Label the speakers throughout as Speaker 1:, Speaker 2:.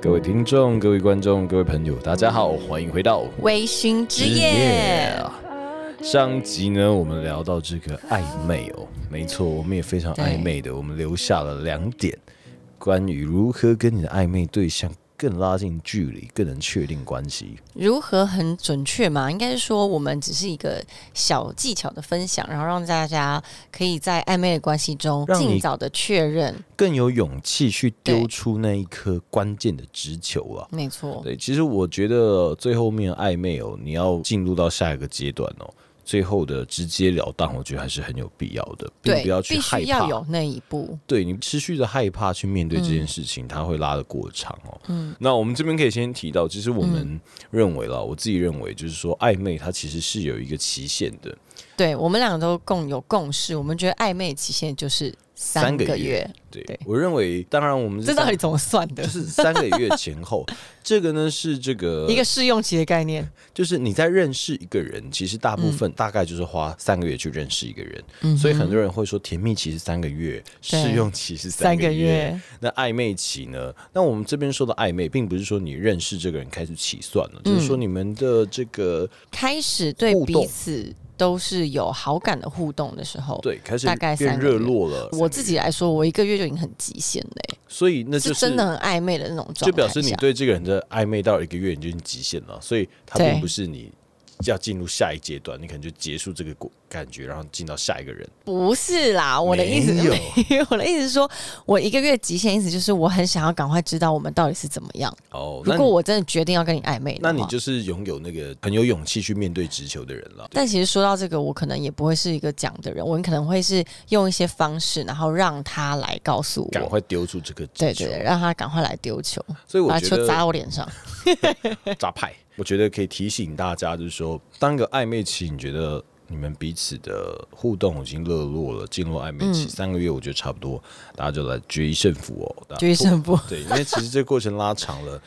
Speaker 1: 各位听众、各位观众、各位朋友，大家好，欢迎回到
Speaker 2: 微醺之
Speaker 1: 之
Speaker 2: 夜。
Speaker 1: 啊。上集呢，我们聊到这个暧昧哦，没错，我们也非常暧昧的，我们留下了两点关于如何跟你的暧昧对象更拉近距离，更能确定关系。
Speaker 2: 如何很准确嘛？应该是说我们只是一个小技巧的分享，然后让大家可以在暧昧的关系中
Speaker 1: 让你
Speaker 2: 尽早的确认。
Speaker 1: 更有勇气去丢
Speaker 2: 对
Speaker 1: 出那一颗关键的直球啊！
Speaker 2: 没错，
Speaker 1: 对，其实我觉得最后面的暧昧哦，你要进入到下一个阶段哦，最后的直截了当，我觉得还是很有必要的，并
Speaker 2: 对
Speaker 1: 不要，去
Speaker 2: 必
Speaker 1: 害
Speaker 2: 须要
Speaker 1: 怕。
Speaker 2: 有嗯那一步。
Speaker 1: 对你持续的害怕去面对这件事情，它会拉得过长哦。嗯，那我们这边可以先提到，其实
Speaker 2: 嗯
Speaker 1: 我们认为啦，我自己认为就是说，暧昧它其实是有一个期限的，
Speaker 2: 对我们两个都共有共识，我们觉得暧昧期限就是
Speaker 1: 三
Speaker 2: 三
Speaker 1: 个
Speaker 2: 个
Speaker 1: 月
Speaker 2: 月。
Speaker 1: 对
Speaker 2: 对
Speaker 1: 我认为，当然我们是
Speaker 2: 这到
Speaker 1: 三
Speaker 2: 底怎么算的
Speaker 1: 就？是三个月前后， 这个呢是这个
Speaker 2: 一个试用期的概念。
Speaker 1: 就是你在认识一个人，其实大部分
Speaker 2: 嗯
Speaker 1: 大概就是花三个月去认识一个人，所以很多人会说甜蜜期是三个月，
Speaker 2: 对
Speaker 1: 试用期是
Speaker 2: 三
Speaker 1: 三
Speaker 2: 个
Speaker 1: 个
Speaker 2: 月
Speaker 1: 月，，那暧昧期呢？那我们这边说的暧昧，并不是说你认识这个人开始起算了，
Speaker 2: 嗯
Speaker 1: 就是说你们的这个
Speaker 2: 开始对
Speaker 1: 互动
Speaker 2: 彼此都是有好感的互动的时候，
Speaker 1: 对开始
Speaker 2: 大概
Speaker 1: 变
Speaker 2: 三个月
Speaker 1: 热络了。
Speaker 2: 我自己来说，我一个月就已经很极限了、欸
Speaker 1: 所以那就是
Speaker 2: 真的很暧昧的那种状态下，
Speaker 1: 就表示你对这个人的暧昧到一个月，你就已经极限了，所以他
Speaker 2: 对
Speaker 1: 并不是你要进入下一阶段，你可能就结束这个过感觉，然后进到下一个人。
Speaker 2: 不是啦，我的意思
Speaker 1: 没有
Speaker 2: 我的意思是说，我一个月极限意思就是我很想要赶快知道我们到底是怎么样。
Speaker 1: 哦，
Speaker 2: 如
Speaker 1: 那
Speaker 2: 果
Speaker 1: 你
Speaker 2: 我真的决定要跟你暧昧的
Speaker 1: 那
Speaker 2: 话，
Speaker 1: 你就是拥有那个很有勇气去面对直球的人了。
Speaker 2: 但其实说到这个，我可能也不会是一个讲的人，我可能会是用一些方式，然后让他来告诉
Speaker 1: 赶
Speaker 2: 我，
Speaker 1: 快丢出这个直
Speaker 2: 对
Speaker 1: 球
Speaker 2: 对，，对让他赶快来丢球，
Speaker 1: 所以我
Speaker 2: 把
Speaker 1: 觉
Speaker 2: 球砸
Speaker 1: 得啊
Speaker 2: 我脸上。
Speaker 1: 砸派，我觉得可以提醒大家，就是说，当个暧昧期，你觉得你们彼此的互动已经热络了，进入暧昧
Speaker 2: 嗯
Speaker 1: 期、三个月，我觉得差不多，大家就来决一胜负哦，大家
Speaker 2: 决一胜负
Speaker 1: 不对，因为其实这个过程拉长了，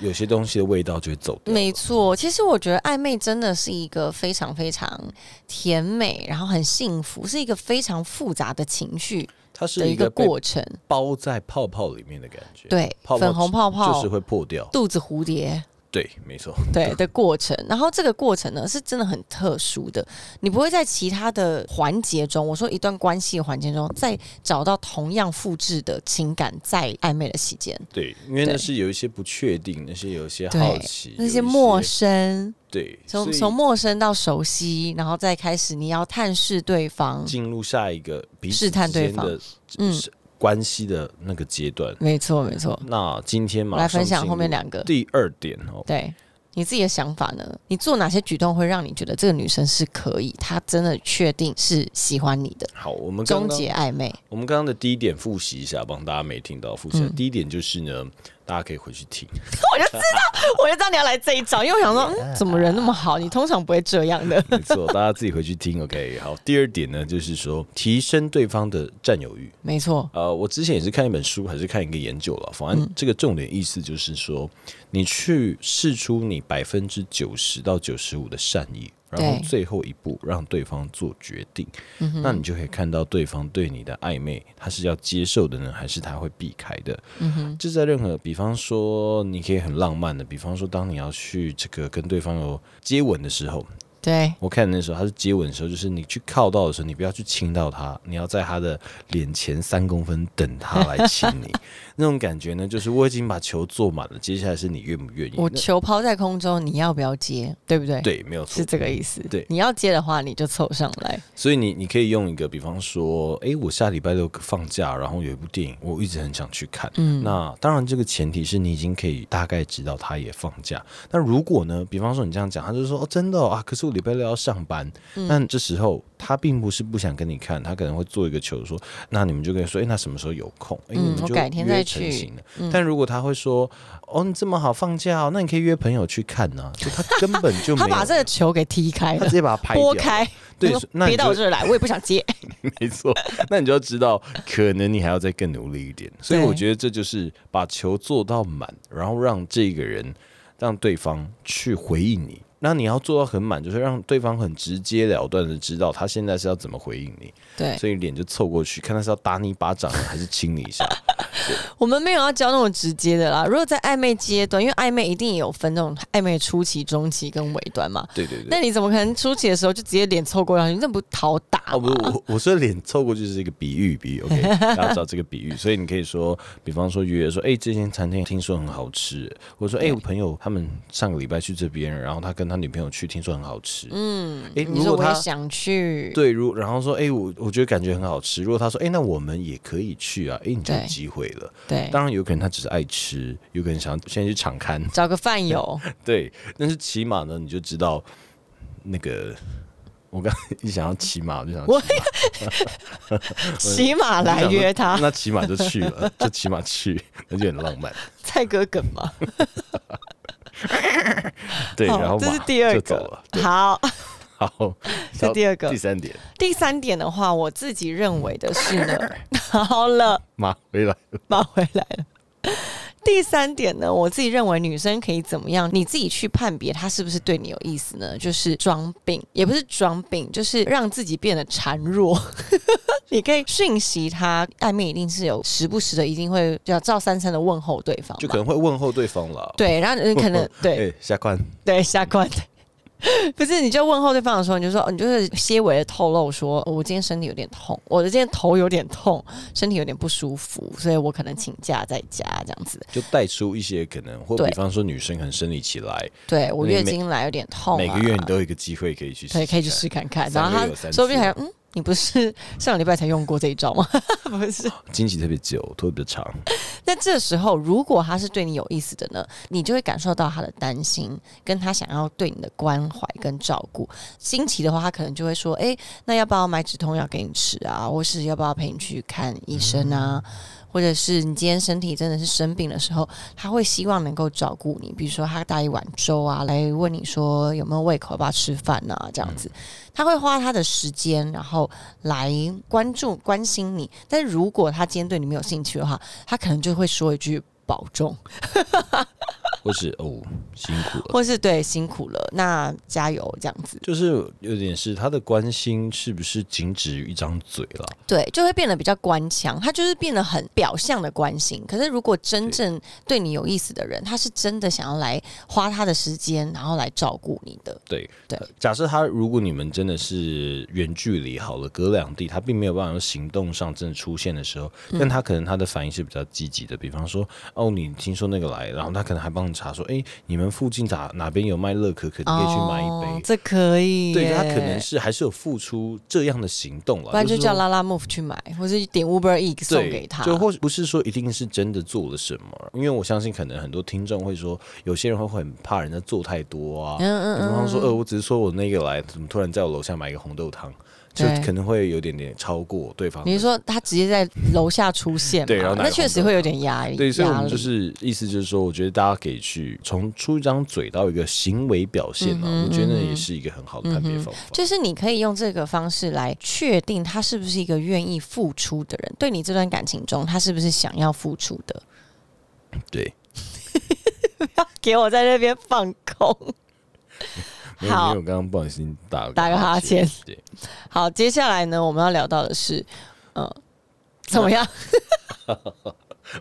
Speaker 1: 有些东西的味道就会走掉。
Speaker 2: 没错，其实我觉得暧昧真的是一个非常非常甜美，然后很幸福，是一个非常复杂的情绪
Speaker 1: 它是
Speaker 2: 的一个
Speaker 1: 被
Speaker 2: 过程。
Speaker 1: 包在泡泡里面的感觉，
Speaker 2: 对
Speaker 1: 泡泡
Speaker 2: 粉红泡泡
Speaker 1: 就是会破掉，
Speaker 2: 肚子蝴蝶
Speaker 1: 对，没错，
Speaker 2: 对的过程，然后这个过程呢是真的很特殊的，你不会在其他的环节中，我说一段关系的环节中，再找到同样复制的情感在暧昧的期间，
Speaker 1: 对，因为那
Speaker 2: 对
Speaker 1: 是有一些不确定，那些有一些好
Speaker 2: 对
Speaker 1: 奇，，
Speaker 2: 那
Speaker 1: 有
Speaker 2: 些
Speaker 1: 一
Speaker 2: 陌生，
Speaker 1: 对，
Speaker 2: 从
Speaker 1: 所以
Speaker 2: 从陌生到熟悉，然后再开始你要探视对方，
Speaker 1: 进入下一个彼此
Speaker 2: 试探对
Speaker 1: 之间的
Speaker 2: 嗯
Speaker 1: 是关系的那个阶段。
Speaker 2: 没错没错。
Speaker 1: 那今天
Speaker 2: 我
Speaker 1: 马
Speaker 2: 来
Speaker 1: 上
Speaker 2: 分享
Speaker 1: 进
Speaker 2: 后面
Speaker 1: 入
Speaker 2: 两个。
Speaker 1: 第二点哦，
Speaker 2: 对你自己的想法呢？你做哪些举动会让你觉得这个女生是可以，她真的确定是喜欢你的？
Speaker 1: 好，我们刚
Speaker 2: 终
Speaker 1: 刚
Speaker 2: 结暧昧，
Speaker 1: 我们刚刚的第一点复习一下，帮大家没听到复习一下。
Speaker 2: 嗯
Speaker 1: 第一点就是呢，大家可以回去听，
Speaker 2: 我就知道你要来这一招，因为我 想说，嗯，怎么人那么好？你通常不会这样的。
Speaker 1: 没错，大家自己回去听。OK，好。第二点呢，就是说提升对方的占有欲。
Speaker 2: 没错，
Speaker 1: 呃，我之前也是看一本书，还是看一个研究了。反正这个重点意思就是说，你去试出你百分之九十到九十五的善意，然后
Speaker 2: 对
Speaker 1: 最后一步让对方做决定，那你就可以看到对方对你的暧昧，他是要接受的呢，还是他会避开的？这在任何，比方说，你可以很浪漫的，比方说，当你要去这个跟对方有接吻的时候，
Speaker 2: 对
Speaker 1: 我看那时候他是接吻的时候，就是你去靠到的时候，你不要去亲到他，你要在他的脸前三公分等他来亲 你。那种感觉呢，就是我已经把球做满了，接下来是你愿不愿意？
Speaker 2: 我
Speaker 1: 那
Speaker 2: 球抛在空中，你要不要接？对不对？，
Speaker 1: 对，没有错
Speaker 2: 是。这个意思。
Speaker 1: 对
Speaker 2: 你要接的话，你就凑上来。
Speaker 1: 所以你你可以用一个，比方说，诶，我下礼拜六放假，然后有一部电影，我一直很想去看。
Speaker 2: 嗯
Speaker 1: 那当然，这个前提是你已经可以大概知道他也放假。那如果呢，比方说你这样讲，他就说哦，真的、哦、啊，可是我礼拜六要上班。
Speaker 2: 嗯
Speaker 1: 那、这时候他并不是不想跟你看，他可能会做一个求说，那你们就跟他说，哎、那什么时候有空？哎、
Speaker 2: 嗯
Speaker 1: 你们
Speaker 2: 我
Speaker 1: 就
Speaker 2: 改天再
Speaker 1: 约成
Speaker 2: 去嗯
Speaker 1: 型了。但如果他会说，哦，你这么好放假、哦，那你可以约朋友去看呢、就他根本就没
Speaker 2: 他
Speaker 1: 有，
Speaker 2: 把这个球给踢开
Speaker 1: 他
Speaker 2: 了
Speaker 1: 直，接把它拍掉
Speaker 2: 拨
Speaker 1: 了。
Speaker 2: 开，
Speaker 1: 对
Speaker 2: 他说
Speaker 1: 那你
Speaker 2: 别到
Speaker 1: 就
Speaker 2: 我这儿来，我也不想接。
Speaker 1: 没错，那你就要知道，可能你还要再更努力一点。所以
Speaker 2: 对
Speaker 1: 我觉得这就是把球做到满，然后让这个人，让对方去回应你。那你要做到很满，就是让对方很直截了当的知道他现在是要怎么回应你，
Speaker 2: 对，
Speaker 1: 所以脸就凑过去，看他是要打你一巴掌呢还是亲你一 下。
Speaker 2: 我们没有要教那种直接的啦。如果在暧昧阶段，因为暧昧一定也有分那种暧昧初期、中期跟尾端嘛。
Speaker 1: 对对对。
Speaker 2: 那你怎么可能初期的时候就直接脸凑过来？你这不讨打吗？
Speaker 1: 哦，不是我，我说脸凑过去是一个比喻，比喻 OK，大家知道这个比喻，所以你可以说，比方说约说，哎、这间餐厅听说很好吃，或者说，哎、
Speaker 2: 对
Speaker 1: 我朋友他们上个礼拜去这边，然后他跟他女朋友去，听说很好吃，嗯，哎、
Speaker 2: 你
Speaker 1: 如果
Speaker 2: 说我也
Speaker 1: 他
Speaker 2: 想去，
Speaker 1: 对，如然后说，哎、我我觉得感觉很好吃，如果他说，哎、那我们也可以去啊，哎、你就有
Speaker 2: 对
Speaker 1: 机会了。
Speaker 2: 对，
Speaker 1: 当然，有可能他只是爱吃，有可能想要先去敞开，
Speaker 2: 找个饭友，
Speaker 1: 对，但是骑马呢，你就知道那个。我刚一想要骑马，我就想
Speaker 2: 我骑马来约他，
Speaker 1: 那骑马就去了， 就骑马去，那就很浪 漫。
Speaker 2: 蔡哥梗嘛。
Speaker 1: 对，
Speaker 2: 好
Speaker 1: 然后
Speaker 2: 这是
Speaker 1: 马
Speaker 2: 第二
Speaker 1: 就走
Speaker 2: 个
Speaker 1: 了。。对
Speaker 2: 好，
Speaker 1: 好，
Speaker 2: 这 是第二个
Speaker 1: 第三点，
Speaker 2: 第三点的话，我自己认为的是 呢，好了，
Speaker 1: 马回来了。
Speaker 2: 马回来了。 第三点呢，我自己认为女生可以怎么样？你自己去判别她是不是对你有意思呢？就是装病，也不是装病，就是让自己变得孱弱。 你可以讯息她，暧昧一定是有时不时的，一定会要照三三的问候对方嘛，
Speaker 1: 就可能会问候对方了。
Speaker 2: 对，然后你可能对，
Speaker 1: 哎，下冠，
Speaker 2: 对，下关。 不是，你就问候对方的时候，你就说，哦你就是些微的透露说，哦我今天身体有点痛，我的今天头有点痛，身体有点不舒服，所以我可能请假在家这样子。
Speaker 1: 就带出一些可能，或
Speaker 2: 对
Speaker 1: 比方说女生可能生理期来，
Speaker 2: 对我
Speaker 1: 那你
Speaker 2: 月
Speaker 1: 每
Speaker 2: 经来有点痛、啊，
Speaker 1: 每个月你都有一个机会可以去试试看，
Speaker 2: 对，可以去试看看。然
Speaker 1: 三
Speaker 2: 后
Speaker 1: 个
Speaker 2: 他
Speaker 1: 月有三
Speaker 2: 说不定
Speaker 1: 次
Speaker 2: 还嗯，你不是上个礼拜才用过这一招吗？ 不是，
Speaker 1: 经期特别久，特别 长，
Speaker 2: 那这时候，如果他是对你有意思的呢，你就会感受到他的担心，跟他想要对你的关怀跟照顾。新奇的话，他可能就会说：“诶，那要不要买止痛药给你吃啊？或是要不要陪你去看医生啊？”或者是你今天身体真的是生病的时候，他会希望能够照顾你，比如说他带一碗粥啊，来问你说有没有胃口，要不要吃饭啊，这样子，他会花他的时间，然后来关注关心你。但是如果他今天对你没有兴趣的话，他可能就会说一句保重，
Speaker 1: 或是哦辛苦了，
Speaker 2: 或是对辛苦了，那加油这样子，
Speaker 1: 就是有点是他的关心是不是仅止于一张嘴了？
Speaker 2: 对，就会变得比较官腔，他就是变得很表象的关心。可是如果真正对你有意思的人，他是真的想要来花他的时间，然后来照顾你的，
Speaker 1: 对呃
Speaker 2: 对
Speaker 1: 假设他如果你们真的是远距离好了，隔两地，他并没有办法用行动上真的出现的时候，
Speaker 2: 嗯
Speaker 1: 但他可能他的反应是比较积极的，比方说哦，你听说那个来，然后他可能还帮你查说，哎、你们附近哪哪边有卖乐可可，你可以去买一杯。
Speaker 2: 哦这可以耶，
Speaker 1: 对，他可能是还是有付出这样的行动了，
Speaker 2: 不然就是叫
Speaker 1: 说
Speaker 2: 拉拉 move 去买，或是点 Uber E 送
Speaker 1: 对
Speaker 2: 给他，
Speaker 1: 就或不是说一定是真的做了什么，因为我相信可能很多听众会说，有些人会很怕人家做太多啊，
Speaker 2: 嗯
Speaker 1: 比方说，呃，我只是说我那个来，怎么突然在我楼下买一个红豆汤，就
Speaker 2: 对
Speaker 1: 可能会有点点超过对方的。
Speaker 2: 你是说他直接在楼下出现嘛，
Speaker 1: 对然后拿
Speaker 2: 那
Speaker 1: 个
Speaker 2: 确
Speaker 1: 红
Speaker 2: 实
Speaker 1: 包
Speaker 2: 会有点压力，
Speaker 1: 对，所以我
Speaker 2: 压
Speaker 1: 们
Speaker 2: 力
Speaker 1: 就是意思就是说，我觉得大家可以去从出一张嘴到一个行为表现啊，我觉得
Speaker 2: 嗯
Speaker 1: 那也是一个很好的判别方法。
Speaker 2: 就是你可以用这个方式来确定他是不是一个愿意付出的人，对你这段感情中，他是不是想要付出的？
Speaker 1: 对，
Speaker 2: 给我在那边放空。
Speaker 1: 没有因为
Speaker 2: 好
Speaker 1: 我刚刚不小心打了
Speaker 2: 打个哈欠，
Speaker 1: 对，
Speaker 2: 好，接下来呢，我们要聊到的是，嗯，怎么样？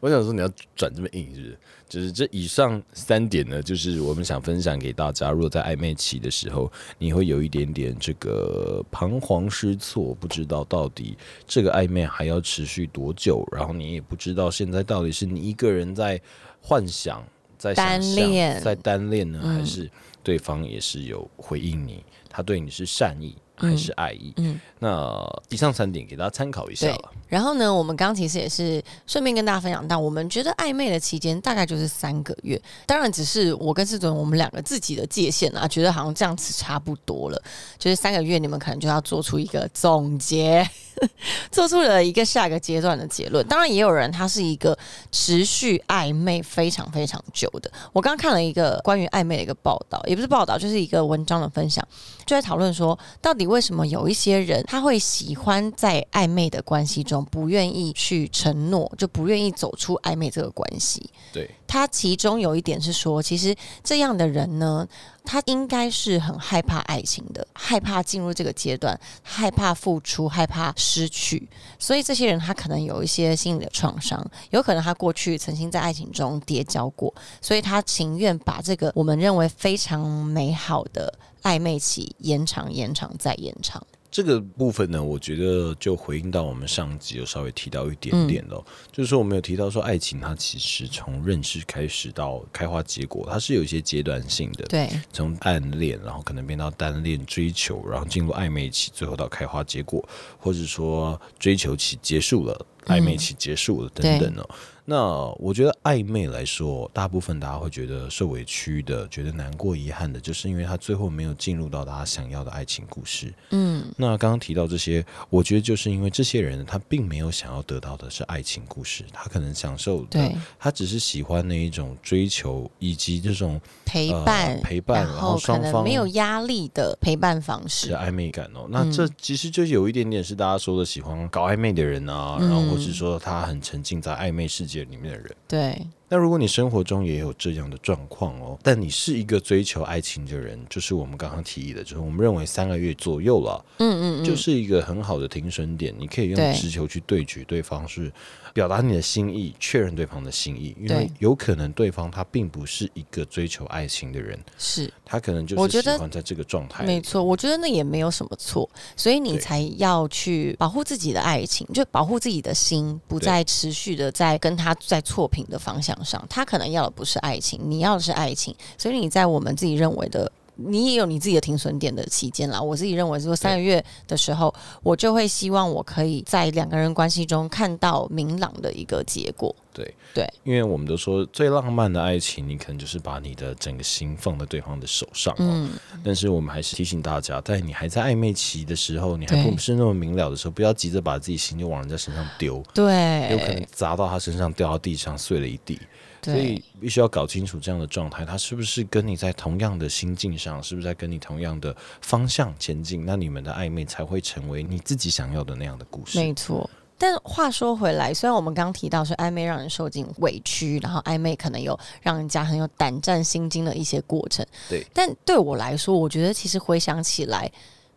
Speaker 1: 我想说你要转这么硬是不是？就是这以上三点呢，就是我们想分享给大家。如果在暧昧期的时候，你会有一点点这个彷徨失措，不知道到底这个暧昧还要持续多久，然后你也不知道现在到底是你一个人在幻想、在想象
Speaker 2: 单恋嗯
Speaker 1: 在单恋呢，还是对方也是有回应你，他对你是善意还是爱意？
Speaker 2: 嗯
Speaker 1: 那以上三点给大家参考一下
Speaker 2: 对
Speaker 1: 了。，
Speaker 2: 然后呢，我们刚刚其实也是顺便跟大家分享到，我们觉得暧昧的期间大概就是三个月，当然只是我跟志尊我们两个自己的界限啊，觉得好像这样子差不多了，就是三个月你们可能就要做出一个总结， 做出了一个下一个阶段的结论。当然也有人他是一个持续暧昧非常非常久的，我刚刚看了一个关于暧昧的一个报道，也不是报道，就是一个文章的分享，就在讨论说，到底为什么有一些人他会喜欢在暧昧的关系中种不愿意去承诺，就不愿意走出暧昧这个关系。
Speaker 1: 对，
Speaker 2: 他其中有一点是说，其实这样的人呢，他应该是很害怕爱情的，害怕进入这个阶段，害怕付出，害怕失去，所以这些人他可能有一些心理的创伤，有可能他过去曾经在爱情中跌跤过，所以他情愿把这个我们认为非常美好的暧昧期延长、延长再延长。
Speaker 1: 这个部分呢，我觉得就回应到我们上集有稍微提到一点点咯，就是说我们有提到说，爱情它其实从认识开始到开花结果，它是有一些阶段性的。
Speaker 2: 对，
Speaker 1: 从暗恋，然后可能变到单恋追求，然后进入暧昧期，最后到开花结果，或者说追求期结束了，暧昧期结束了、等等哦。那我觉得暧昧来说，大部分大家会觉得受委屈的，觉得难过、遗憾的，就是因为他最后没有进入到大家想要的爱情故事。
Speaker 2: 嗯，
Speaker 1: 那刚刚提到这些，我觉得就是因为这些人他并没有想要得到的是爱情故事，他可能享受的
Speaker 2: 对，，
Speaker 1: 他只是喜欢那一种追求以及这种
Speaker 2: 陪
Speaker 1: 呃
Speaker 2: 伴、
Speaker 1: 陪伴
Speaker 2: 然
Speaker 1: 然后
Speaker 2: 可
Speaker 1: 双
Speaker 2: 能
Speaker 1: 方
Speaker 2: 没有压力的陪伴方
Speaker 1: 是
Speaker 2: 式。
Speaker 1: 暧昧感
Speaker 2: 嗯
Speaker 1: 哦。那这其实就有一点点是大家说的喜欢搞暧昧的人啊，
Speaker 2: 嗯
Speaker 1: 然后或是说他很沉浸在暧昧世界里面的人。
Speaker 2: 对，
Speaker 1: 那如果你生活中也有这样的状况哦，但你是一个追求爱情的人，就是我们刚刚提议的，就是我们认为三个月左右了，
Speaker 2: 嗯嗯嗯，
Speaker 1: 就是一个很好的停损点，你可以
Speaker 2: 对
Speaker 1: 用直球去对决对方，是表达你的心意，确认对方的心意，因为
Speaker 2: 对
Speaker 1: 有可能对方他并不是一个追求爱情的人，
Speaker 2: 是
Speaker 1: 他可能就
Speaker 2: 我
Speaker 1: 是
Speaker 2: 觉
Speaker 1: 喜
Speaker 2: 得
Speaker 1: 欢在这个状态
Speaker 2: 没
Speaker 1: 里。
Speaker 2: 错，我觉得那也没有什么错，所以你
Speaker 1: 对
Speaker 2: 才要去保护自己的爱情，就保护自己的心，不
Speaker 1: 对
Speaker 2: 再持续的在跟他在错频的方向上。他可能要的不是爱情，你要的是爱情，所以你在我们自己认为的。你也有你自己的停损点的期间啦。我自己认为说三个月的时候，我就会希望我可以在两个人关系中看到明朗的一个结果。
Speaker 1: 对
Speaker 2: 对，
Speaker 1: 因为我们都说最浪漫的爱情，你可能就是把你的整个心放在对方的手上、哦。
Speaker 2: 嗯，
Speaker 1: 但是我们还是提醒大家，在你还在暧昧期的时候，你还
Speaker 2: 对
Speaker 1: 不是那么明了的时候，不要急着把自己心就往人家身上丢，
Speaker 2: 对，
Speaker 1: 有可能砸到他身上，掉到地上碎了一地。所以
Speaker 2: 对，
Speaker 1: 必须要搞清楚这样的状态，他是不是跟你在同样的心境上，是不是在跟你同样的方向前进？那你们的暧昧才会成为你自己想要的那样的故事。
Speaker 2: 没错。但话说回来，虽然我们刚提到是暧昧让人受尽委屈，然后暧昧可能有让人家很有胆战心惊的一些过程，
Speaker 1: 对。
Speaker 2: 但对我来说，我觉得其实回想起来，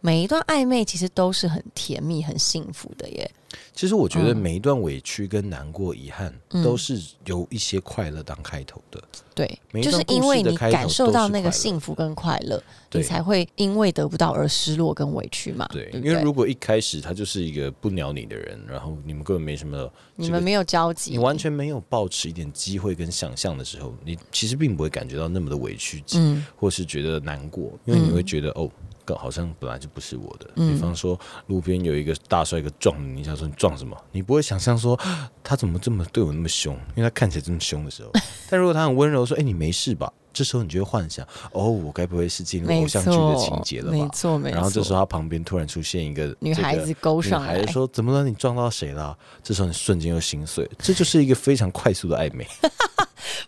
Speaker 2: 每一段暧昧其实都是很甜蜜、很幸福的耶。
Speaker 1: 其实我觉得
Speaker 2: 嗯
Speaker 1: 每一段委屈跟难过、遗憾，
Speaker 2: 嗯
Speaker 1: 都是由一些快乐当开头的。
Speaker 2: 对，
Speaker 1: 每一
Speaker 2: 就
Speaker 1: 段
Speaker 2: 是因
Speaker 1: 故
Speaker 2: 为
Speaker 1: 事
Speaker 2: 你
Speaker 1: 的开头
Speaker 2: 感受到那个
Speaker 1: 都是快乐
Speaker 2: 幸福跟快乐，
Speaker 1: 对
Speaker 2: 你才会因为得不到而失落跟委屈嘛。
Speaker 1: 对，
Speaker 2: 不
Speaker 1: 因为
Speaker 2: 对
Speaker 1: 如果一开始他就是一个不鸟你的人，然后你们根本没什么，
Speaker 2: 你们没有交集，
Speaker 1: 你完全没有抱持一点机会跟想象的时候，你其实并不会感觉到那么的委屈，
Speaker 2: 嗯
Speaker 1: 或是觉得难过，因为你
Speaker 2: 嗯
Speaker 1: 会觉得、哦。更好像本来就不是我的。
Speaker 2: 嗯
Speaker 1: 比方说，路边有一个大帅哥撞你，你想说你撞什么？你不会想象说 啊他怎么这么对我那么凶，因为他看起来这么凶的时 候。但如果他很温柔说：“哎、你没事吧？”这时候你就会幻想：“哦，我该不会是进入
Speaker 2: 没
Speaker 1: 偶像剧的
Speaker 2: 错，
Speaker 1: 情节了吧？”
Speaker 2: 没错，没错。
Speaker 1: 然后这时候他旁边突然出现一个
Speaker 2: 女孩子勾上
Speaker 1: 还
Speaker 2: 来，
Speaker 1: 说怎么了？你撞到谁了？这时候你瞬间又心碎，这就是一个非常快速的暧昧。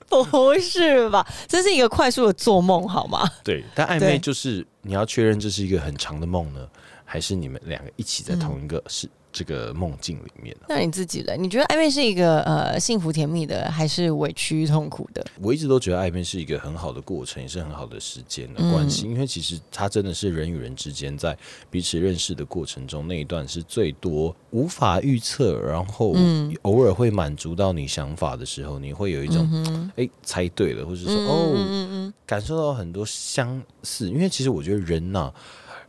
Speaker 2: 不是吧？这是一个快速的做梦，好吗？
Speaker 1: 对，但暧
Speaker 2: 对
Speaker 1: 昧就是你要确认这是一个很长的梦呢，还是你们两个一起在同一个是这个梦境里面呢、
Speaker 2: 那你自己的，你觉得暧昧是一个呃幸福甜蜜的，还是委屈痛苦的？
Speaker 1: 我一直都觉得暧昧是一个很好的过程，也是很好的时间的关
Speaker 2: 嗯
Speaker 1: 系，因为其实它真的是人与人之间在彼此认识的过程中那一段是最多无法预测，然后
Speaker 2: 嗯
Speaker 1: 偶尔会满足到你想法的时候，你会有一种
Speaker 2: 嗯
Speaker 1: 哎、猜对了，或者
Speaker 2: 哼，
Speaker 1: 说、
Speaker 2: 嗯
Speaker 1: 哦
Speaker 2: 嗯嗯
Speaker 1: 感受到很多相似，因为其实我觉得人呐、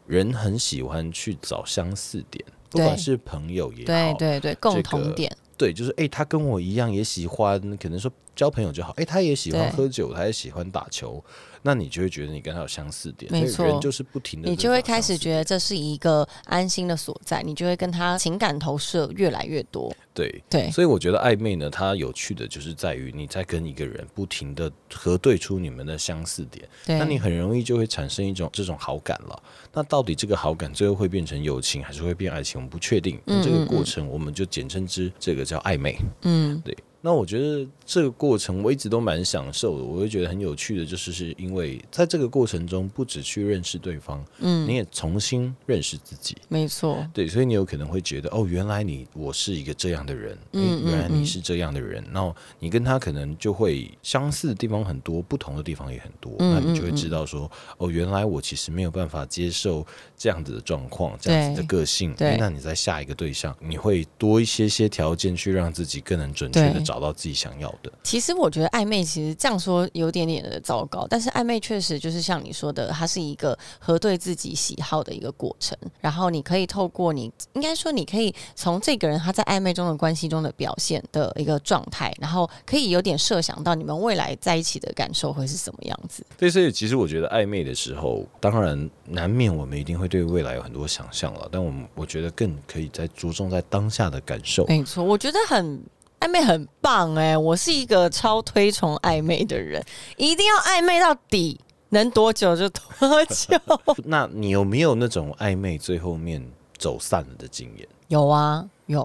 Speaker 1: 人很喜欢去找相似点，不
Speaker 2: 对
Speaker 1: 管是朋友也
Speaker 2: 嗯，
Speaker 1: 好，
Speaker 2: 对对对，共
Speaker 1: 这
Speaker 2: 同
Speaker 1: 个
Speaker 2: 点，
Speaker 1: 对就是哎、他跟我一样也喜欢，可能说交朋友就好，哎、他也喜欢
Speaker 2: 对
Speaker 1: 喝酒，他也喜欢打球，那你就会觉得你跟他有相似点，
Speaker 2: 没
Speaker 1: 所以
Speaker 2: 错
Speaker 1: 人就是不停的，
Speaker 2: 你就会开始觉得这是一个安心的所在，你就会跟他情感投射越来越多。
Speaker 1: 对。
Speaker 2: 对，
Speaker 1: 所以我觉得暧昧呢，它有趣的就是在于你在跟一个人不停的核对出你们的相似点，
Speaker 2: 对，
Speaker 1: 那你很容易就会产生一种这种好感了。那到底这个好感最后会变成友情，还是会变爱情？我们不确定。那这
Speaker 2: 嗯
Speaker 1: 个
Speaker 2: 嗯
Speaker 1: 过
Speaker 2: 嗯
Speaker 1: 程我们就简称之这个叫暧昧。
Speaker 2: 嗯，
Speaker 1: 对。那我觉得这个过程我一直都蛮享受的，我会觉得很有趣的，就是是因为在这个过程中，不只去认识对方，
Speaker 2: 嗯
Speaker 1: 你也重新认识自己。
Speaker 2: 没错，
Speaker 1: 对，所以你有可能会觉得，哦，原来你我是一个这样的人，诶
Speaker 2: 嗯嗯
Speaker 1: 原来
Speaker 2: 嗯
Speaker 1: 你是这样的人，然后你跟他可能就会相似的地方很多，不同的地方也很多，
Speaker 2: 嗯
Speaker 1: 那你就会
Speaker 2: 嗯嗯
Speaker 1: 知道说，哦，原来我其实没有办法接受这样子的状况，这样子的
Speaker 2: 对
Speaker 1: 个性，
Speaker 2: 对
Speaker 1: 诶那你在下一个对象，你会多一些些条件去让自己更能准确的
Speaker 2: 对
Speaker 1: 找到自己想要的，
Speaker 2: 其实我觉得暧昧其实这样说有点点的糟糕，但是暧昧确实就是像你说的，它是一个核对自己喜好的一个过程。然后你可以透过你，应该说你可以从这个人他在暧昧中的关系中的表现的一个状态，然后可以有点设想到你们未来在一起的感受会是什么样子。
Speaker 1: 对，所以其实我觉得暧昧的时候，当然难免我们一定会对未来有很多想象了，但我们我觉得更可以在着重在当下的感受。
Speaker 2: 哎没错，我觉得很。暧昧很棒哎、我是一个超推崇暧昧的人，一定要暧昧到底，能多久就多久。
Speaker 1: 那你有没有那种暧昧最后面走散了的经验？
Speaker 2: 有啊，有，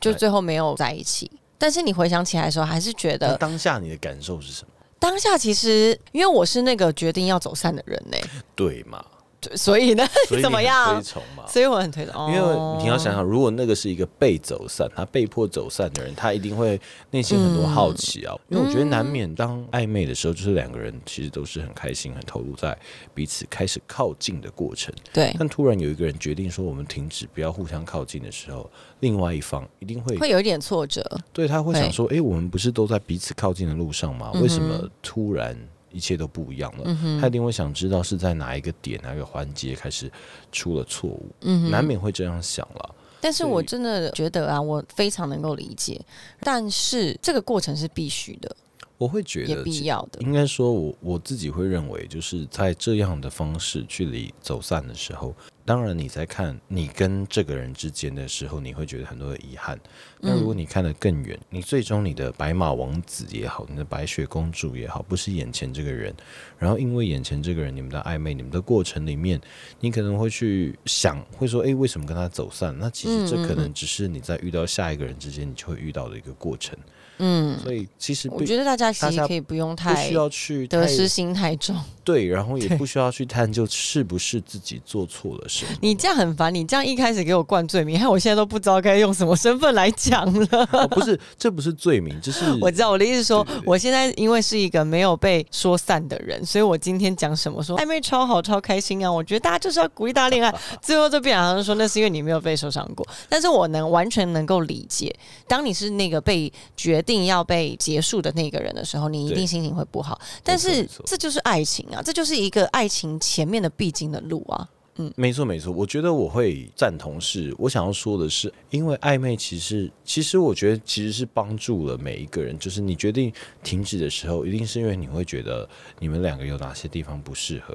Speaker 2: 就
Speaker 1: 对
Speaker 2: 最后没有在一起。但是你回想起来的时候，还是觉
Speaker 1: 那
Speaker 2: 得
Speaker 1: 当下你的感受是什么？
Speaker 2: 当下其实，因为我是那个决定要走散的人呢、
Speaker 1: 对嘛？
Speaker 2: 就所以呢，
Speaker 1: 哦所以
Speaker 2: 怎么
Speaker 1: 你
Speaker 2: 样哦
Speaker 1: 很推？崇嘛？
Speaker 2: 所以我很推崇，
Speaker 1: 因为你要想想，如果那个是一个被走散，他被迫走散的人，他一定会内心很多好奇啊。
Speaker 2: 嗯
Speaker 1: 因为我觉得难免当暧昧的时候，就是两个人其实都是很开心、很投入在彼此开始靠近的过程。
Speaker 2: 对，
Speaker 1: 但突然有一个人决定说我们停止，不要互相靠近的时候，另外一方一定会
Speaker 2: 会有一点挫折，
Speaker 1: 对他会
Speaker 2: 对
Speaker 1: 想说：“诶，我们不是都在彼此靠近的路上吗？
Speaker 2: 嗯哼嗯
Speaker 1: 为什么突然一切都不一样了？”他一定会想知道是在哪一个点、哪一个环节开始出了错误，
Speaker 2: 嗯
Speaker 1: 难
Speaker 2: 哼。
Speaker 1: 免会这样想了。
Speaker 2: 但是我
Speaker 1: 所以
Speaker 2: 真的觉得啊，我非常能够理解，但是这个过程是必须的，
Speaker 1: 我会觉
Speaker 2: 也
Speaker 1: 得
Speaker 2: 必要的。
Speaker 1: 应该说我，我自己会认为，就是在这样的方式去离走散的时候，当然你在看你跟这个人之间的时候，你会觉得很多的遗憾。那
Speaker 2: 嗯
Speaker 1: 如果你看得更远，你最终你的白马王子也好，你的白雪公主也好，不是眼前这个人，然后因为眼前这个人，你们的暧昧，你们的过程里面，你可能会去想，会说，诶，为什么跟他走散？那其
Speaker 2: 嗯
Speaker 1: 实这可能只是你在遇到下一个人之间，你就会遇到的一个过程。
Speaker 2: 嗯，
Speaker 1: 所以其实不
Speaker 2: 我觉得大家
Speaker 1: 大
Speaker 2: 其实
Speaker 1: 家
Speaker 2: 可以不用
Speaker 1: 不
Speaker 2: 太
Speaker 1: 需要去
Speaker 2: 得
Speaker 1: 太嗯
Speaker 2: 失心太重。
Speaker 1: 对，然后也
Speaker 2: 对
Speaker 1: 不需要去探究是不是自己做错了什么。
Speaker 2: 你这样很烦，你这样一开始给我灌罪名，害我现在都不知道该用什么身份来讲了。
Speaker 1: 哦、不是，这不是罪名，这是
Speaker 2: 我知道我的意思是说
Speaker 1: 对对，对
Speaker 2: 我现在因为是一个没有被说散的人，所以我今天讲什么说暧昧超好超开心啊！我觉得大家就是要鼓励大家恋 爱，最后就变成好像说那是因为你没有被受伤过，但是我能完全能够理解，当你是那个被决定要被结束的那个人的时候，你一定
Speaker 1: 对
Speaker 2: 心情会不好，但
Speaker 1: 没
Speaker 2: 是
Speaker 1: 错
Speaker 2: 这就是爱情啊，这就是一个爱情前面的必经的路啊。
Speaker 1: 没错没错。我觉得我会赞同是，我想要说的是，因为暧昧其实其实我觉得其实是帮助了每一个人。就是你决定停止的时候，一定是因为你会觉得你们两个有哪些地方不适合。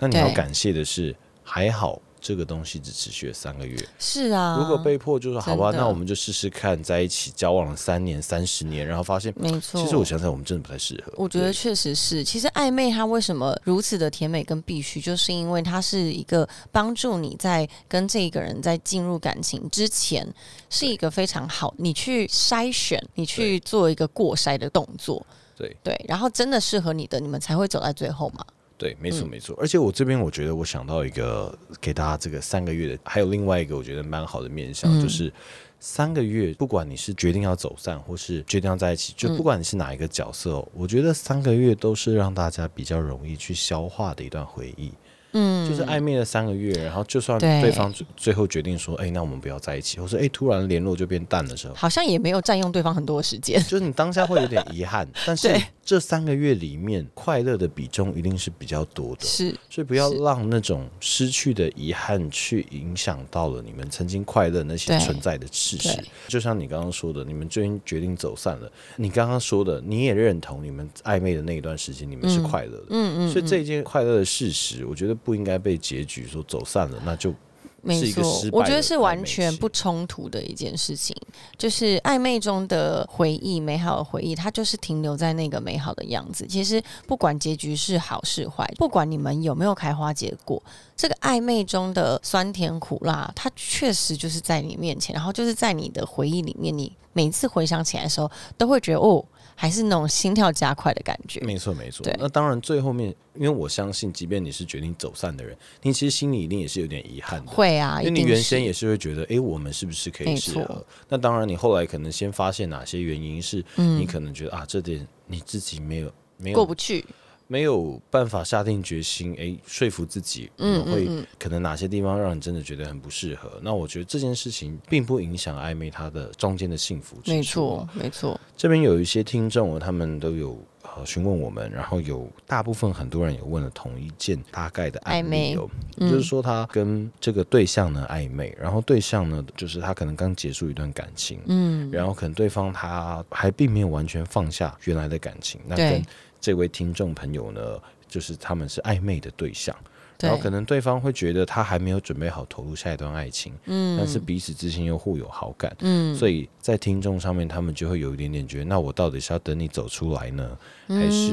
Speaker 1: 那你要
Speaker 2: 对
Speaker 1: 感谢的是，还好这个东西只持续了三个月。
Speaker 2: 是啊，
Speaker 1: 如果被迫就说好吧，
Speaker 2: 真的
Speaker 1: 那我们就试试看，在一起交往了三年、三十年，然后发现
Speaker 2: 没错，
Speaker 1: 其实我想想，我们真的不太适合。
Speaker 2: 我觉得
Speaker 1: 对
Speaker 2: 确实是，其实暧昧它为什么如此的甜美跟必须，就是因为它是一个帮助你在跟这一个人在进入感情之前，是一个非常好你去筛选、你去
Speaker 1: 对
Speaker 2: 做一个过筛的动作，
Speaker 1: 对
Speaker 2: 对，然后真的适合你的，你们才会走在最后嘛。
Speaker 1: 对，没
Speaker 2: 嗯
Speaker 1: 错没错。而且我这边我觉得我想到一个给大家这个三个月的，还有另外一个我觉得蛮好的面向，
Speaker 2: 嗯
Speaker 1: 就是三个月，不管你是决定要走散，或是决定要在一起，就
Speaker 2: 嗯
Speaker 1: 不管你是哪一个角色、哦，我觉得三个月都是让大家比较容易去消化的一段回忆。
Speaker 2: 嗯，
Speaker 1: 就是暧昧了三个月，然后就算
Speaker 2: 对
Speaker 1: 对方最最后决定说，哎、那我们不要在一起，或是哎、突然联络就变淡的时候，
Speaker 2: 好像也没有占用对方很多的时 间，
Speaker 1: 就是你当下会有点遗 憾，但是
Speaker 2: 对
Speaker 1: 这三个月里面，快乐的比重一定是比较多的，
Speaker 2: 是
Speaker 1: 所以不要
Speaker 2: 是
Speaker 1: 让那种失去的遗憾去影响到了你们曾经快乐那些
Speaker 2: 对
Speaker 1: 存在的事实
Speaker 2: 对。
Speaker 1: 就像你刚刚说的，你们最近决定走散了，你刚刚说的，你也认同你们暧昧的那一段时间，你们是
Speaker 2: 嗯
Speaker 1: 快乐的。
Speaker 2: 嗯嗯，
Speaker 1: 所以这一件快乐的事实，我觉得不应该被结局说走散了，那就
Speaker 2: 没
Speaker 1: 是一个
Speaker 2: 错
Speaker 1: 失败，
Speaker 2: 我觉得
Speaker 1: 的
Speaker 2: 是
Speaker 1: 暧
Speaker 2: 完
Speaker 1: 昧
Speaker 2: 全
Speaker 1: 期
Speaker 2: 不冲突的一件事情。就是暧昧中的回忆，美好的回忆，它就是停留在那个美好的样子。其实不管结局是好是坏，不管你们有没有开花结果，这个暧昧中的酸甜苦辣，它确实就是在你面前，然后就是在你的回忆里面，你每次回想起来的时候，都会觉得哦，还是那种心跳加快的感觉。
Speaker 1: 没错，没错
Speaker 2: 对。
Speaker 1: 那当然，最后面，因为我相信，即便你是决定走散的人，你其实心里一定也是有点遗憾的。
Speaker 2: 会啊，
Speaker 1: 因为
Speaker 2: 一
Speaker 1: 你
Speaker 2: 定
Speaker 1: 原
Speaker 2: 是
Speaker 1: 先也是会觉得，诶，我们是不是可
Speaker 2: 没
Speaker 1: 以适
Speaker 2: 错
Speaker 1: 合？那当然，你后来可能先发现哪些原因是你可能觉得、啊，这点你自己没有没
Speaker 2: 嗯过
Speaker 1: 有
Speaker 2: 不去。
Speaker 1: 没有办法下定决心，诶，说服自己，嗯，会可能哪些地方让你真的觉得很不适合。那我觉得这件事情并不影响暧昧它的中间的幸福之处啊。
Speaker 2: 没错，没错，
Speaker 1: 这边有一些听众哦，他们都有呃询问我们，然后有大部分很多人也问了同一件大概的案例哦，
Speaker 2: 昧嗯
Speaker 1: 就是说他跟这个对象呢暧昧，然后对象呢就是他可能刚结束一段感情，
Speaker 2: 嗯，
Speaker 1: 然后可能对方他还并没有完全放下原来的感情，那
Speaker 2: 对
Speaker 1: 跟这位听众朋友呢，就是他们是暧昧的对象。
Speaker 2: 对
Speaker 1: 然后可能对方会觉得他还没有准备好投入下一段爱情，嗯，但是彼此之间又互有好感，嗯，所以在听众上面他们就会有一点点觉得，那我到底是要等你走出来呢，还是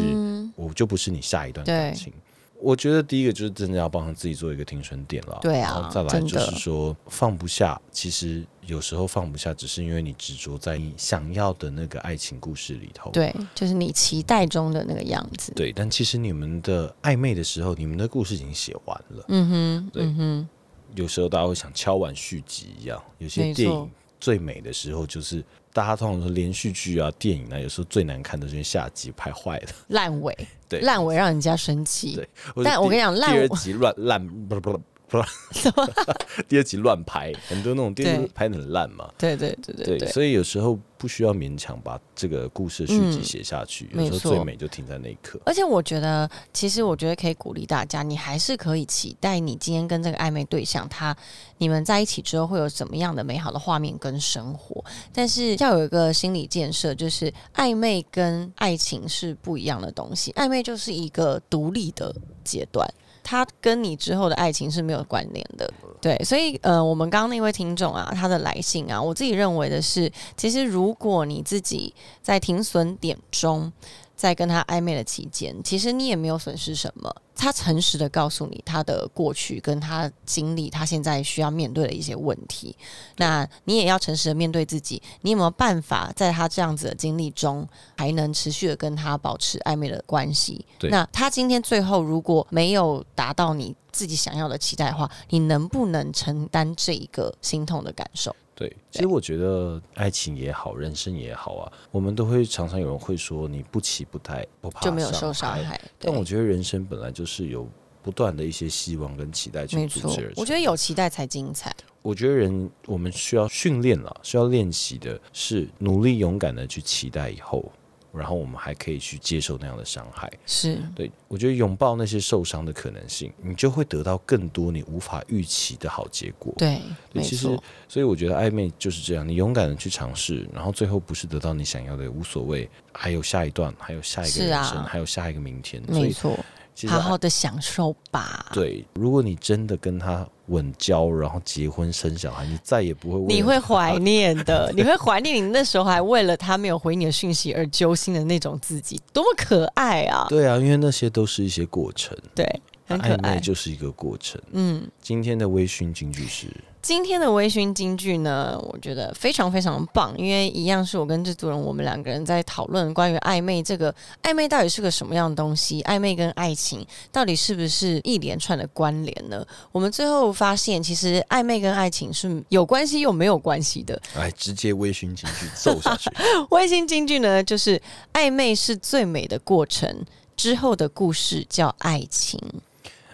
Speaker 1: 我就不是你下一段感情？
Speaker 2: 嗯
Speaker 1: 我觉得第一个就是真的要帮自己做一个停损点了，
Speaker 2: 对啊
Speaker 1: 然后再来
Speaker 2: 真
Speaker 1: 就
Speaker 2: 的
Speaker 1: 是说放不下，其实有时候放不下，只是因为你执着在你想要的那个爱情故事里头，
Speaker 2: 对，就是你期待中的那个样子。
Speaker 1: 对，但其实你们的暧昧的时候，你们的故事已经写完了。
Speaker 2: 嗯哼，
Speaker 1: 对
Speaker 2: 嗯哼，
Speaker 1: 有时候大家会想敲完续集一样，有
Speaker 2: 没
Speaker 1: 些
Speaker 2: 错
Speaker 1: 电影最美的时候就是大家通常说连续剧啊、电影啊，有时候最难看的就是下集拍坏了，
Speaker 2: 烂尾，
Speaker 1: 对，
Speaker 2: 烂尾让人家生气。
Speaker 1: 对。或者
Speaker 2: 但我跟你讲
Speaker 1: 第
Speaker 2: 烂
Speaker 1: 第
Speaker 2: 尾
Speaker 1: 二集乱烂，不不不 不，第二集乱拍，很多那种电视
Speaker 2: 对
Speaker 1: 拍的很烂嘛。
Speaker 2: 对对对对
Speaker 1: 对，
Speaker 2: 对，
Speaker 1: 所以有时候不需要勉强把这个故事续集写下去，
Speaker 2: 嗯
Speaker 1: 有
Speaker 2: 没
Speaker 1: 时
Speaker 2: 错
Speaker 1: 候最美就停在那一刻。
Speaker 2: 而且我觉得，其实我觉得可以鼓励大家，你还是可以期待你今天跟这个暧昧对象他你们在一起之后会有怎么样的美好的画面跟生活，但是要有一个心理建设，就是暧昧跟爱情是不一样的东西，暧昧就是一个独立的阶段。它跟你之后的爱情是没有关联的，对，所以呃，我们刚刚那位听众啊，他的来信啊，我自己认为的是，其实如果你自己在停损点中，在跟他暧昧的期间，其实你也没有损失什么。他诚实的告诉你他的过去跟他经历，他现在需要面对的一些问题。那你也要诚实的面对自己，你有没有办法在他这样子的经历中，还能持续的跟他保持暧昧的关系？
Speaker 1: 对
Speaker 2: 那他今天最后如果没有达到你自己想要的期待的话，你能不能承担这一个心痛的感受？
Speaker 1: 对，其实我觉得爱情也好，人生也好啊，我们都会常常有人会说你不期不待，不怕
Speaker 2: 就没有受伤
Speaker 1: 伤害。
Speaker 2: 害。
Speaker 1: 但
Speaker 2: 对
Speaker 1: 我觉得人生本来就是有不断的一些希望跟期待去
Speaker 2: 没
Speaker 1: 组
Speaker 2: 错
Speaker 1: 织而成。，
Speaker 2: 我觉得有期待才精彩。
Speaker 1: 我觉得人我们需要训练了，需要练习的是努力勇敢的去期待以后，然后我们还可以去接受那样的伤害。
Speaker 2: 是，
Speaker 1: 对我觉得拥抱那些受伤的可能性，你就会得到更多你无法预期的好结果。
Speaker 2: 对，
Speaker 1: 对，
Speaker 2: 没
Speaker 1: 其实
Speaker 2: 错。
Speaker 1: 所以我觉得暧昧就是这样，你勇敢的去尝试，然后最后不是得到你想要的也无所谓，还有下一段，还有下一个
Speaker 2: 是
Speaker 1: 人
Speaker 2: 啊
Speaker 1: 生，还有下一个明天。所
Speaker 2: 没
Speaker 1: 以
Speaker 2: 错，
Speaker 1: 其实啊
Speaker 2: 好好的享受吧。，
Speaker 1: 对，如果你真的跟他稳交，然后结婚生小孩，你再也不会为
Speaker 2: 你
Speaker 1: 了
Speaker 2: 会怀念 的，你会怀念你那时候还为了他没有回你的讯息而揪心的那种自己，多么可爱啊！
Speaker 1: 对啊，因为那些都是一些过程，
Speaker 2: 对，很可
Speaker 1: 暧昧
Speaker 2: 爱。
Speaker 1: 就是一个过程。
Speaker 2: 嗯，
Speaker 1: 今天的微醺金句是，
Speaker 2: 今天的微醺金句呢，我觉得非常非常棒，因为一样是我跟制作人，我们两个人在讨论关于暧昧这个暧昧到底是个什么样的东西，暧昧跟爱情到底是不是一连串的关联呢？我们最后发现，其实暧昧跟爱情是有关系又没有关系的，
Speaker 1: 哎，直接微醺金 句揍下去。
Speaker 2: 微信金句呢，就是暧昧是最美的过程，之后的故事叫爱情。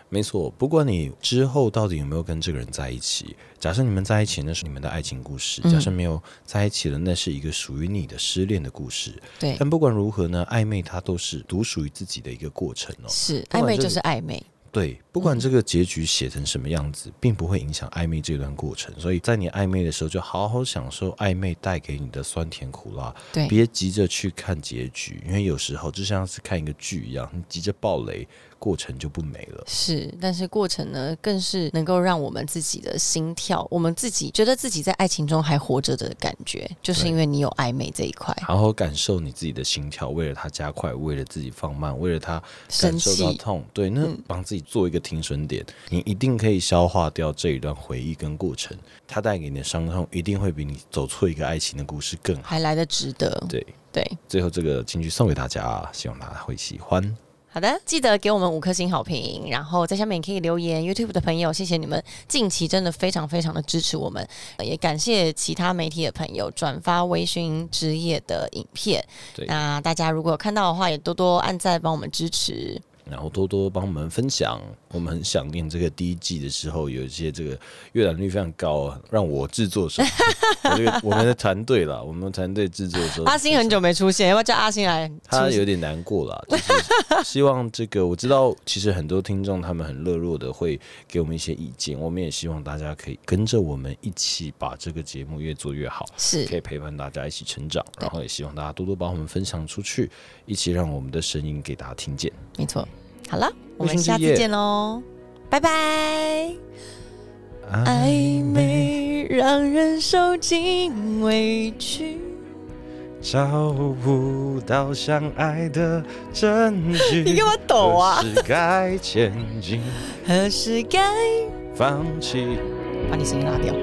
Speaker 1: 没错，不管你之后到底有没有跟这个人在一起，假设你们在一起，那是你们的爱情故事；
Speaker 2: 嗯
Speaker 1: 假设没有在一起了，那是一个属于你的失恋的故事。
Speaker 2: 对，
Speaker 1: 但不管如何呢，暧昧它都是独属于自己的一个过程哦。
Speaker 2: 是
Speaker 1: 不管
Speaker 2: 暧昧
Speaker 1: 是
Speaker 2: 就是暧昧，
Speaker 1: 对，不管这个结局写成什么样
Speaker 2: 嗯
Speaker 1: 子，并不会影响暧昧这段过程。所以在你暧昧的时候，就好好享受暧昧带给你的酸甜苦辣，
Speaker 2: 对
Speaker 1: 别急着去看结局，因为有时候就像是看一个剧一样，你急着爆雷，过程就不美了。
Speaker 2: 是，但是过程呢，更是能够让我们自己的心跳，我们自己觉得自己在爱情中还活着的感觉，就是因为你有暧昧这一块。
Speaker 1: 好好感受你自己的心跳，为了它加快，为了自己放慢，为了它
Speaker 2: 生
Speaker 1: 感受到
Speaker 2: 气，嗯
Speaker 1: 痛，对，那帮自己做一个停损点，你一定可以消化掉这一段回忆跟过程，它带给你的伤痛一定会比你走错一个爱情的故事更好。
Speaker 2: 还来得值得。
Speaker 1: 对，
Speaker 2: 对，
Speaker 1: 最后这个金句送给大家，啊希望大家会喜欢。
Speaker 2: 好的，记得给我们五颗星好评，然后在下面也可以留言。YouTube 的朋友，谢谢你们近期真的非常非常的支持我们，呃也感谢其他媒体的朋友转发微醺之夜的影片。
Speaker 1: 对
Speaker 2: 那大家如果有看到的话，也多多按赞帮我们支持。
Speaker 1: 然后多多帮我们分享，我们很想念这个第一季的时候，有一些这个阅览率非常高，啊让我制作手， 我这个我们的团队啦，我们团队制作的时候，
Speaker 2: 阿星很久没出现，要不要叫阿星来？
Speaker 1: 他有点难过 啦，就是希望这个我知道，其实很多听众他们很热络的会给我们一些意见，我们也希望大家可以跟着我们一起把这个节目越做越好，
Speaker 2: 是
Speaker 1: 可以陪伴大家一起成长，
Speaker 2: 对
Speaker 1: 然后也希望大家多多把我们分享出去，一起让我们的声音给大家听见。
Speaker 2: 没错。好了，我
Speaker 1: 微醺
Speaker 2: 们
Speaker 1: 之
Speaker 2: 下次
Speaker 1: 夜
Speaker 2: 见喽，拜拜。
Speaker 1: 哎，
Speaker 2: 暧昧让人受尽委屈，
Speaker 1: 找不到相爱的证据，
Speaker 2: 你干嘛抖啊？
Speaker 1: 是该前进，
Speaker 2: 何时该
Speaker 1: 放弃。
Speaker 2: 把你声音拉掉？